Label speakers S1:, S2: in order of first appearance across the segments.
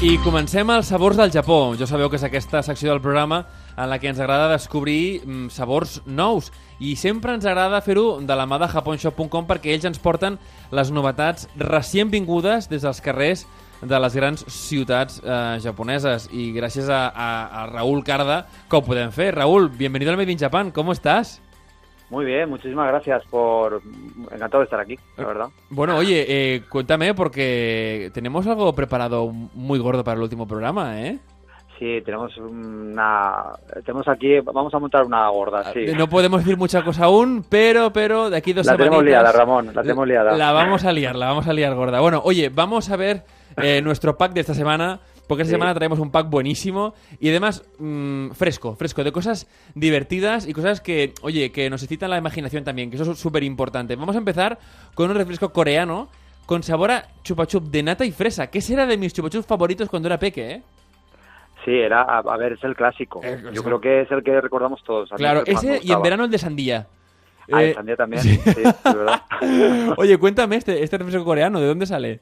S1: I comencem als sabors del Japó. Ja sabeu que és aquesta secció del programa en la que ens agrada descobrir mm, sabors nous i sempre ens agrada fer-ho de la mà de japonshop.com perquè ells ens porten les novetats recient vingudes des dels carrers de les grans ciutats eh, japoneses i gràcies a, a, a Raúl Carda que ho podem fer. Raúl, bienvenido al Made in Japan, ¿cómo estás?
S2: Muy bien, muchísimas gracias por... Encantado de estar aquí, la verdad.
S1: Bueno, oye, eh, cuéntame porque tenemos algo preparado muy gordo para el último programa, ¿eh?
S2: Sí, tenemos una... Tenemos aquí... Vamos a montar una gorda, sí.
S1: Ah, No podemos decir mucha cosa aún, pero, pero de aquí dos
S2: La tenemos
S1: semanitas
S2: liada, Ramón, la tenemos liada.
S1: La vamos a liar, la vamos a liar gorda. Bueno, oye, vamos a ver eh, nuestro pack de esta semana. Porque esta
S2: Sí.
S1: semana traemos un pack buenísimo y además mm, fresco, fresco, de cosas divertidas y cosas que, oye, que nos excitan la imaginación también, que eso es súper importante. Vamos a empezar con un refresco coreano con sabor a chupa chup de nata y fresa. ¿Qué será de mis chupa chups favoritos cuando era peque, eh?
S2: Sí, era... A, a ver, es el clásico.
S1: Eh, o
S2: Yo
S1: sea-
S2: creo que es el que recordamos todos. A mí
S1: Claro,
S2: es el que más me
S1: ese y en
S2: gustaba.
S1: verano el de sandía.
S2: Ah,
S1: Eh,
S2: el sandía también, sí, es verdad.
S1: Oye, cuéntame este, este refresco coreano, ¿de dónde sale?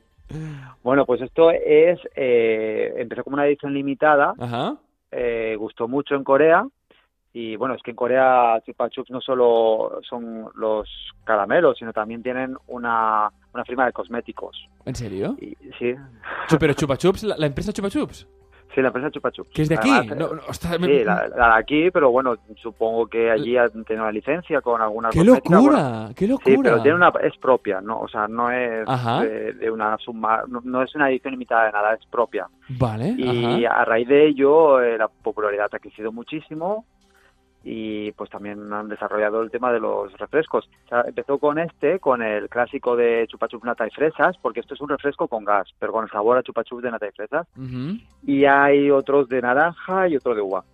S2: Bueno, pues esto es... eh, empezó como una edición limitada,
S1: Ajá.
S2: eh, gustó mucho en Corea. Y bueno, es que en Corea Chupa Chups no solo son los caramelos, sino también tienen una, una firma de cosméticos.
S1: ¿En serio?
S2: Y, sí,
S1: Chu- Pero Chupa Chups, la, la empresa Chupa Chups,
S2: sí, la empresa Chupa Chups.
S1: que es de aquí.
S2: Además, eh,
S1: No, no, ostras, me- Eh,
S2: Sí, la, la de aquí, pero bueno, supongo que allí han tenido una licencia con alguna
S1: ¡Qué
S2: cosmética,
S1: locura!
S2: bueno.
S1: ¡Qué locura!
S2: sí, pero tiene una, eh, es propia, ¿no? O sea, no es
S1: Ajá.
S2: de, de una suma, no, no es una edición limitada de nada, es propia.
S1: Vale,
S2: Y
S1: ajá.
S2: a raíz de ello, eh, la popularidad ha crecido muchísimo y pues también han desarrollado el tema de los refrescos. O sea, empezó con este, con el clásico de chupa chup nata y fresas, porque esto es un refresco con gas, pero con el sabor a chupa chup de nata y fresas.
S1: Ujú.
S2: Y hay otros de naranja y otro de uva.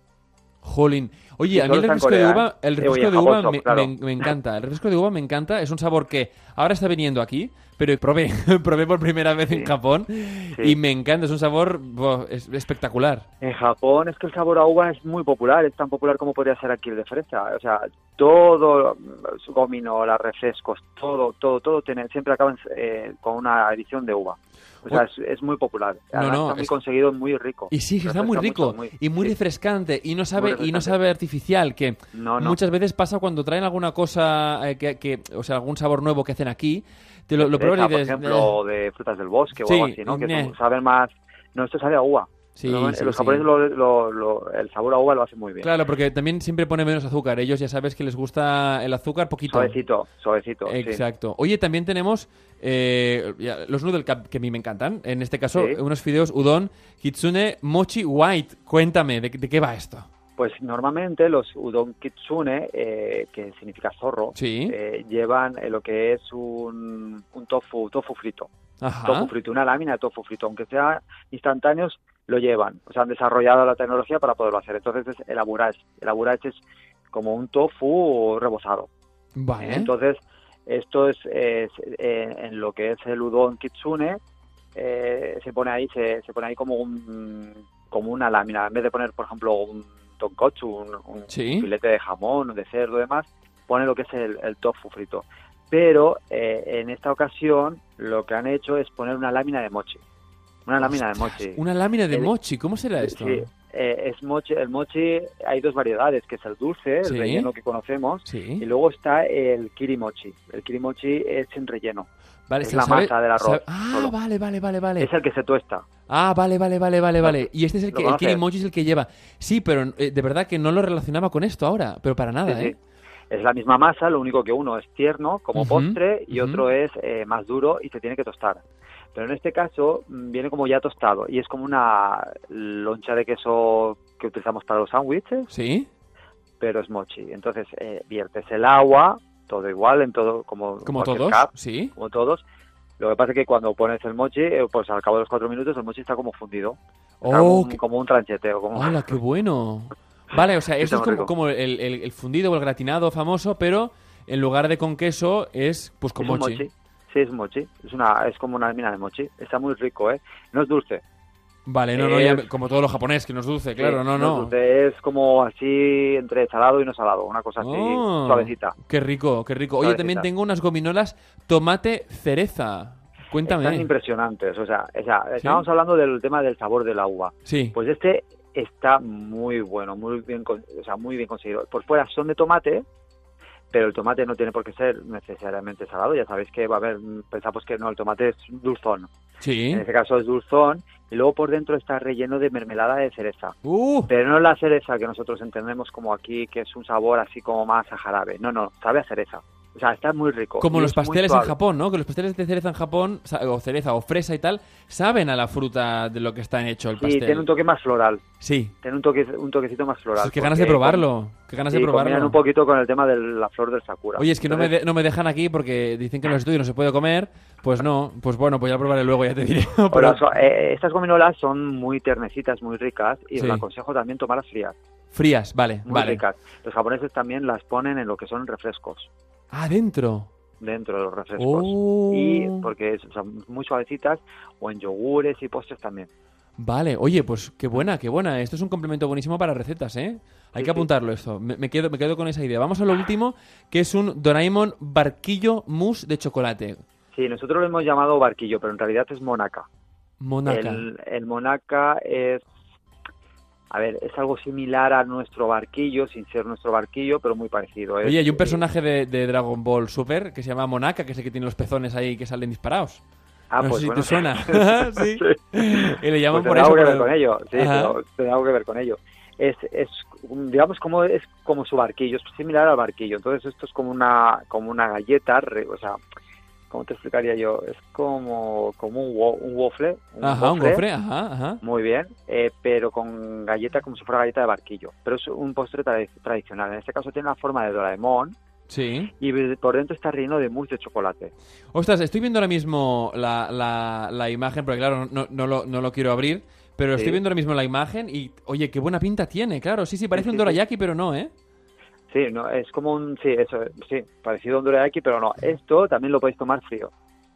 S1: Jolín. Oye,
S2: Y
S1: a mí el
S2: solo está
S1: refresco
S2: en
S1: de
S2: Corea,
S1: uva, el
S2: ¿eh?
S1: refresco
S2: Oye,
S1: de
S2: Japón
S1: uva
S2: son,
S1: me,
S2: claro.
S1: me- me encanta. El refresco de uva me encanta. Es un sabor que ahora está viniendo aquí, pero probé, probé por primera vez en
S2: Sí.
S1: Japón y
S2: Sí.
S1: me encanta. Es un sabor buah, es- espectacular.
S2: En Japón es que el sabor a uva es muy popular, es tan popular como podría ser aquí el de fresa. O sea, todo, mm, su gomino, las refrescos, todo, todo, todo, tiene- siempre acaban eh, con una edición de uva. O sea,
S1: Uy.
S2: es, es muy popular.
S1: No,
S2: Además,
S1: no,
S2: está muy
S1: es-
S2: conseguido, muy rico.
S1: Y sí, que está
S2: Refresca
S1: muy rico
S2: mucho, muy-
S1: y muy
S2: sí.
S1: refrescante y no sabe y no
S2: refrescante.
S1: sabe artificial que
S2: No, no.
S1: muchas veces pasa cuando traen alguna cosa eh, que, que- o sea algún sabor nuevo que hacen aquí te lo, lo
S2: Fresa,
S1: pruebas y
S2: Eh, por
S1: dices
S2: ejemplo,
S1: "Eh".
S2: de frutas del bosque
S1: Sí,
S2: o algo así, ¿no? Que
S1: meh.
S2: son- saben más... No, esto sabe a uva.
S1: Sí,
S2: Pero, eh,
S1: sí,
S2: los
S1: sí.
S2: japoneses lo- lo- lo- el sabor a uva lo hacen muy bien.
S1: "Eh, claro porque también siempre pone menos azúcar ellos ya sabes que les gusta el azúcar poquito
S2: Suavecito, suavecito. sí.
S1: Exacto. Oye, también tenemos eh, ya, los noodle cup que a mí me encantan. En este caso,
S2: Sí.
S1: unos fideos udon, kitsune, mochi, white. Cuéntame, ¿de, de qué va esto?
S2: Pues normalmente los udon kitsune, eh, que significa zorro,
S1: Sí.
S2: eh, llevan eh, lo que es un, un tofu, tofu frito.
S1: Ajá.
S2: Tofu frito, una lámina de tofu frito, aunque sea instantáneos, lo llevan. O sea, han desarrollado la tecnología para poderlo hacer. Entonces es el aburash. El aburash es como un tofu rebozado.
S1: Vale.
S2: Entonces, esto es, es, eh, en lo que es el udon kitsune, eh, se pone ahí, se, se pone ahí como un como una lámina. En vez de poner, por ejemplo, un tonkotsu, un, un
S1: Sí.
S2: filete de jamón, de cerdo y demás, pone lo que es el, el tofu frito. Pero eh, en esta ocasión lo que han hecho es poner una lámina de mochi. Una lámina de mochi.
S1: Una lámina de
S2: El-
S1: mochi. ¿Cómo será esto?
S2: Sí, eh, es mochi, el mochi hay dos variedades, que es el dulce, el
S1: Sí.
S2: relleno que conocemos,
S1: Sí.
S2: y luego está el kirimochi. El kirimochi es sin relleno.
S1: Vale,
S2: es
S1: se
S2: la
S1: sabe-
S2: masa del arroz,
S1: sabe- Ah,
S2: solo.
S1: vale, vale, vale, vale.
S2: Es el que se tuesta.
S1: Ah, vale, vale, vale, vale, vale. Y este es el
S2: ¿Lo
S1: que el
S2: conoces?
S1: kirimochi es el que lleva. Sí, pero eh, de verdad que no lo relacionaba con esto ahora, pero para nada,
S2: Sí, sí.
S1: ¿eh?
S2: Es la misma masa, lo único que uno es tierno como
S1: Ujú,
S2: postre y
S1: ujú.
S2: otro es eh, más duro y se tiene que tostar. Pero en este caso mm, viene como ya tostado y es como una loncha de queso que utilizamos para los sándwiches,
S1: Sí.
S2: pero es mochi. Entonces eh, viertes el agua, todo igual, en todo como,
S1: Como
S2: cualquier
S1: todos.
S2: cup,
S1: Sí.
S2: como todos. Lo que pasa es que cuando pones el mochi, eh, pues al cabo de los cuatro minutos el mochi está como fundido. Está
S1: Oh,
S2: un-
S1: qué-
S2: como un trancheteo. Como...
S1: ¡Hala, qué bueno! Vale, o sea,
S2: Sí,
S1: esto
S2: está
S1: es como,
S2: muy rico.
S1: como el, el- el fundido o el gratinado famoso, pero en lugar de con queso es pues con
S2: Es un
S1: mochi.
S2: Sí, es mochi. Es, una, es como una mina de mochi. Está muy rico, ¿eh? No es dulce.
S1: Vale, no, no, ya-
S2: Es-
S1: como todo lo japonés, que nos dulce, claro,
S2: Eh, Sí,
S1: no,
S2: Es,
S1: no.
S2: dulce, es como así entre salado y no salado. Una cosa así
S1: Oh,
S2: suavecita.
S1: Qué rico, qué rico. Oye,
S2: Suavecita.
S1: también tengo unas gominolas tomate cereza. Cuéntame.
S2: Están impresionantes. O sea, o sea estábamos hablando del tema del sabor de la uva.
S1: Sí.
S2: Pues este está muy bueno, muy bien, con- o sea, muy bien conseguido. Por fuera son de tomate, pero el tomate no tiene por qué ser necesariamente salado. Ya sabéis que va a haber, pensamos que no, el tomate es dulzón.
S1: Sí.
S2: En este caso es dulzón. Y luego por dentro está relleno de mermelada de cereza.
S1: Uh,
S2: Pero no la cereza que nosotros entendemos como aquí, que es un sabor así como más a jarabe. No, no, sabe a cereza. O sea, está muy rico.
S1: como
S2: Y
S1: los
S2: es muy
S1: pasteles en
S2: suave.
S1: Japón, ¿no? Que los pasteles de cereza en Japón, sa- o cereza o fresa y tal, saben a la fruta de lo que está hecho el
S2: Sí,
S1: pastel.
S2: tiene un toque más floral.
S1: Sí.
S2: Tiene un, toque, un toquecito más floral.
S1: Pues qué ganas de
S2: porque
S1: probarlo. Qué
S2: com-
S1: ganas
S2: sí,
S1: de
S2: combinan
S1: probarlo.
S2: un poquito con el tema de la flor del sakura.
S1: Oye, es que no me,
S2: Entonces,
S1: de- no me dejan aquí porque dicen que en los estudios no se puede comer. Pues no, pues bueno, pues ya lo probaré luego, ya te diré. Pero-
S2: hola, so- eh, estas gominolas son muy ternecitas, muy ricas, y
S1: Sí.
S2: os aconsejo también tomarlas frías,
S1: Frías, vale,
S2: muy
S1: vale.
S2: ricas. Los japoneses también las ponen en lo que son refrescos,
S1: Ah, dentro.
S2: dentro de los refrescos.
S1: Oh.
S2: Y porque es- son muy suavecitas, o en yogures y postres también.
S1: Vale, oye, pues qué buena, qué buena. Esto es un complemento buenísimo para recetas, ¿eh? Hay
S2: Sí,
S1: que
S2: sí.
S1: apuntarlo esto. Me, me quedo, me quedo con esa idea. Vamos a lo último, que es un Doraemon barquillo mousse de chocolate.
S2: Sí, nosotros lo hemos llamado barquillo, pero en realidad es monaca.
S1: Monaca.
S2: El, el Monaca es, a ver, es algo similar a nuestro barquillo, sin ser nuestro barquillo, pero muy parecido. ¿eh? Es-
S1: Oye, hay un personaje de, de Dragon Ball Super que se llama Monaca, que es el que tiene los pezones ahí que salen disparados.
S2: Ah,
S1: no sé
S2: pues
S1: si
S2: bueno,
S1: te suena. sí. Y le llaman
S2: pues
S1: por eso.
S2: tendrá
S1: por
S2: algo que ver
S1: el-
S2: con ello. Sí,
S1: Ajá.
S2: pero tendrá algo que ver con ello. Es, es, un- digamos, como es como su barquillo, es similar al barquillo. Entonces esto es como una, como una galleta, re- o sea, ¿cómo te explicaría yo? Es como, como un, wo- un waffle.
S1: Ajá, un gofre, ajá, ajá.
S2: Muy bien, eh, pero con galleta como si fuera galleta de barquillo. Pero es un postre tra- tradicional. En este caso tiene la forma de Doraemon
S1: Sí.
S2: y de- por dentro está relleno de mousse de chocolate.
S1: Ostras, estoy viendo ahora mismo la, la- la imagen, porque claro, no, no lo, no lo quiero abrir, pero estoy
S2: Sí.
S1: viendo ahora mismo la imagen y, oye, qué buena pinta tiene, claro. Sí, sí, parece
S2: Sí,
S1: un
S2: sí,
S1: dorayaki, pero no, ¿eh?
S2: Sí, no, es como un... Sí, eso, sí, parecido a un dorayaki, pero no. Esto también lo podéis tomar frío,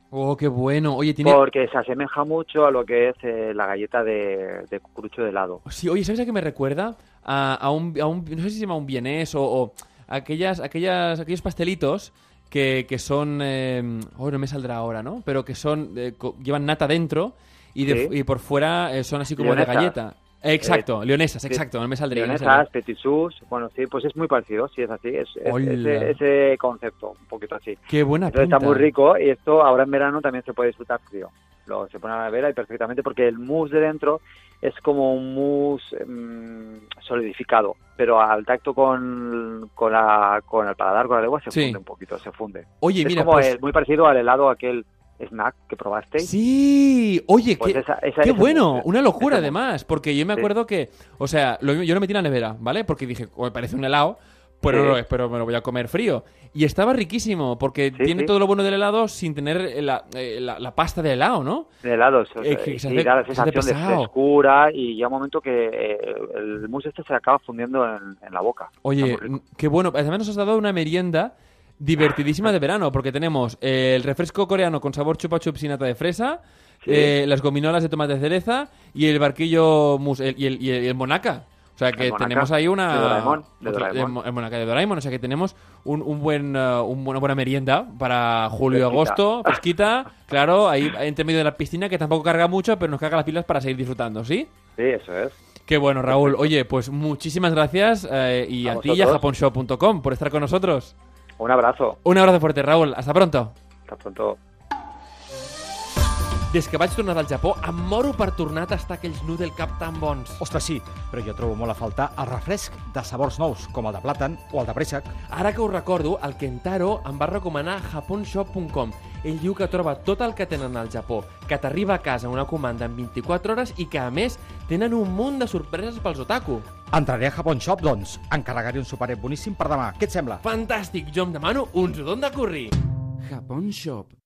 S1: Oh, qué bueno. Oye, tiene...
S2: porque se asemeja mucho a lo que es eh, la galleta de, de cucurucho de helado.
S1: Sí, oye, ¿sabes a qué me recuerda? A, a un, a un- No sé si se llama un vienés o, o aquellas, aquellas, aquellos pastelitos que, que son... eh, oh, no me saldrá ahora, ¿no? Pero que son... eh, co- llevan nata dentro y, de-
S2: Sí.
S1: y por fuera eh, son así como
S2: Leonesas.
S1: de galleta. Eh, Exacto, leonesas,
S2: sí.
S1: exacto, no me saldría. no me saldría.
S2: Leonesas, petit sus, bueno, sí, pues es muy parecido, sí, es así, es, es-
S1: Hola.
S2: ese, ese concepto, un poquito así.
S1: Qué buena
S2: Entonces
S1: pinta.
S2: está muy rico y esto ahora en verano también se puede disfrutar frío. Lo, se pone a la nevera y perfectamente porque el mousse de dentro es como un mousse mm, solidificado, pero al tacto con, con, la- con el paladar, con la lengua, se
S1: Sí.
S2: funde un poquito, se funde.
S1: Oye,
S2: es
S1: mira,
S2: como
S1: pues-
S2: el- muy parecido al helado, aquel snack que probasteis.
S1: Sí, oye,
S2: Pues
S1: qué,
S2: esa- esa-
S1: qué
S2: ese
S1: bueno,
S2: mousse.
S1: una locura
S2: Ese mousse.
S1: además, porque yo me
S2: Sí.
S1: acuerdo que, o sea, lo- yo lo metí en la nevera, ¿vale? Porque dije, "Oh, parece un helado, pero
S2: Sí.
S1: no lo es, pero me lo voy a comer frío. Y estaba riquísimo, porque
S2: Sí,
S1: tiene
S2: sí.
S1: todo lo bueno del helado sin tener eh, la, eh, la- la pasta de helado, ¿no?
S2: De helados, o sea,
S1: Eh, que se
S2: y
S1: hace-
S2: da la
S1: se hace
S2: sensación de
S1: pesado.
S2: frescura y ya un momento que eh, el mousse este se acaba fundiendo en, en la boca. Está
S1: Oye,
S2: muy rico.
S1: qué bueno, además nos has dado una merienda divertidísima de verano, porque tenemos eh, el refresco coreano con sabor chupa chups y nata de fresa,
S2: Sí.
S1: eh, las gominolas de tomate de cereza y el barquillo mus- el- y, el, y el- y el monaca. O sea que
S2: monaca
S1: tenemos ahí una...
S2: de Doraemon, de
S1: otra-
S2: Doraemon.
S1: mo- el monaca de Doraemon, o sea que tenemos un, un buen, eh, un buen- una buena merienda para julio y
S2: Fresquita.
S1: agosto, fresquita, claro, ahí entre medio de la piscina que tampoco carga mucho, pero nos carga las pilas para seguir disfrutando, ¿sí?
S2: Sí, eso es.
S1: Qué bueno, Raúl. Oye, pues muchísimas gracias eh, y
S2: A
S1: a, ti y a
S2: vosotros.
S1: japonshow.com por estar con nosotros.
S2: Un abrazo.
S1: Un abrazo fuerte, Raúl. Hasta pronto.
S2: Hasta pronto.
S1: Des que vaig tornar del Japó, em moro per tornar a tastar aquells noodle cup tan bons.
S3: Ostres, sí, però jo trobo molt a faltar el refresc de sabors nous, com el de plàtan o el de préssec.
S1: Ara que ho recordo, el Kentaro em va recomanar japonshop.com. Ell diu que troba tot el que tenen al Japó, que t'arriba a casa una comanda en 24 hores i que, a més, tenen un munt de sorpreses pels otaku.
S3: Entraré a Japon Shop, doncs. Encarregaré un superet boníssim per demà. Què et sembla?
S1: Fantàstic! Jo em demano un sudon de curri. Japonshop,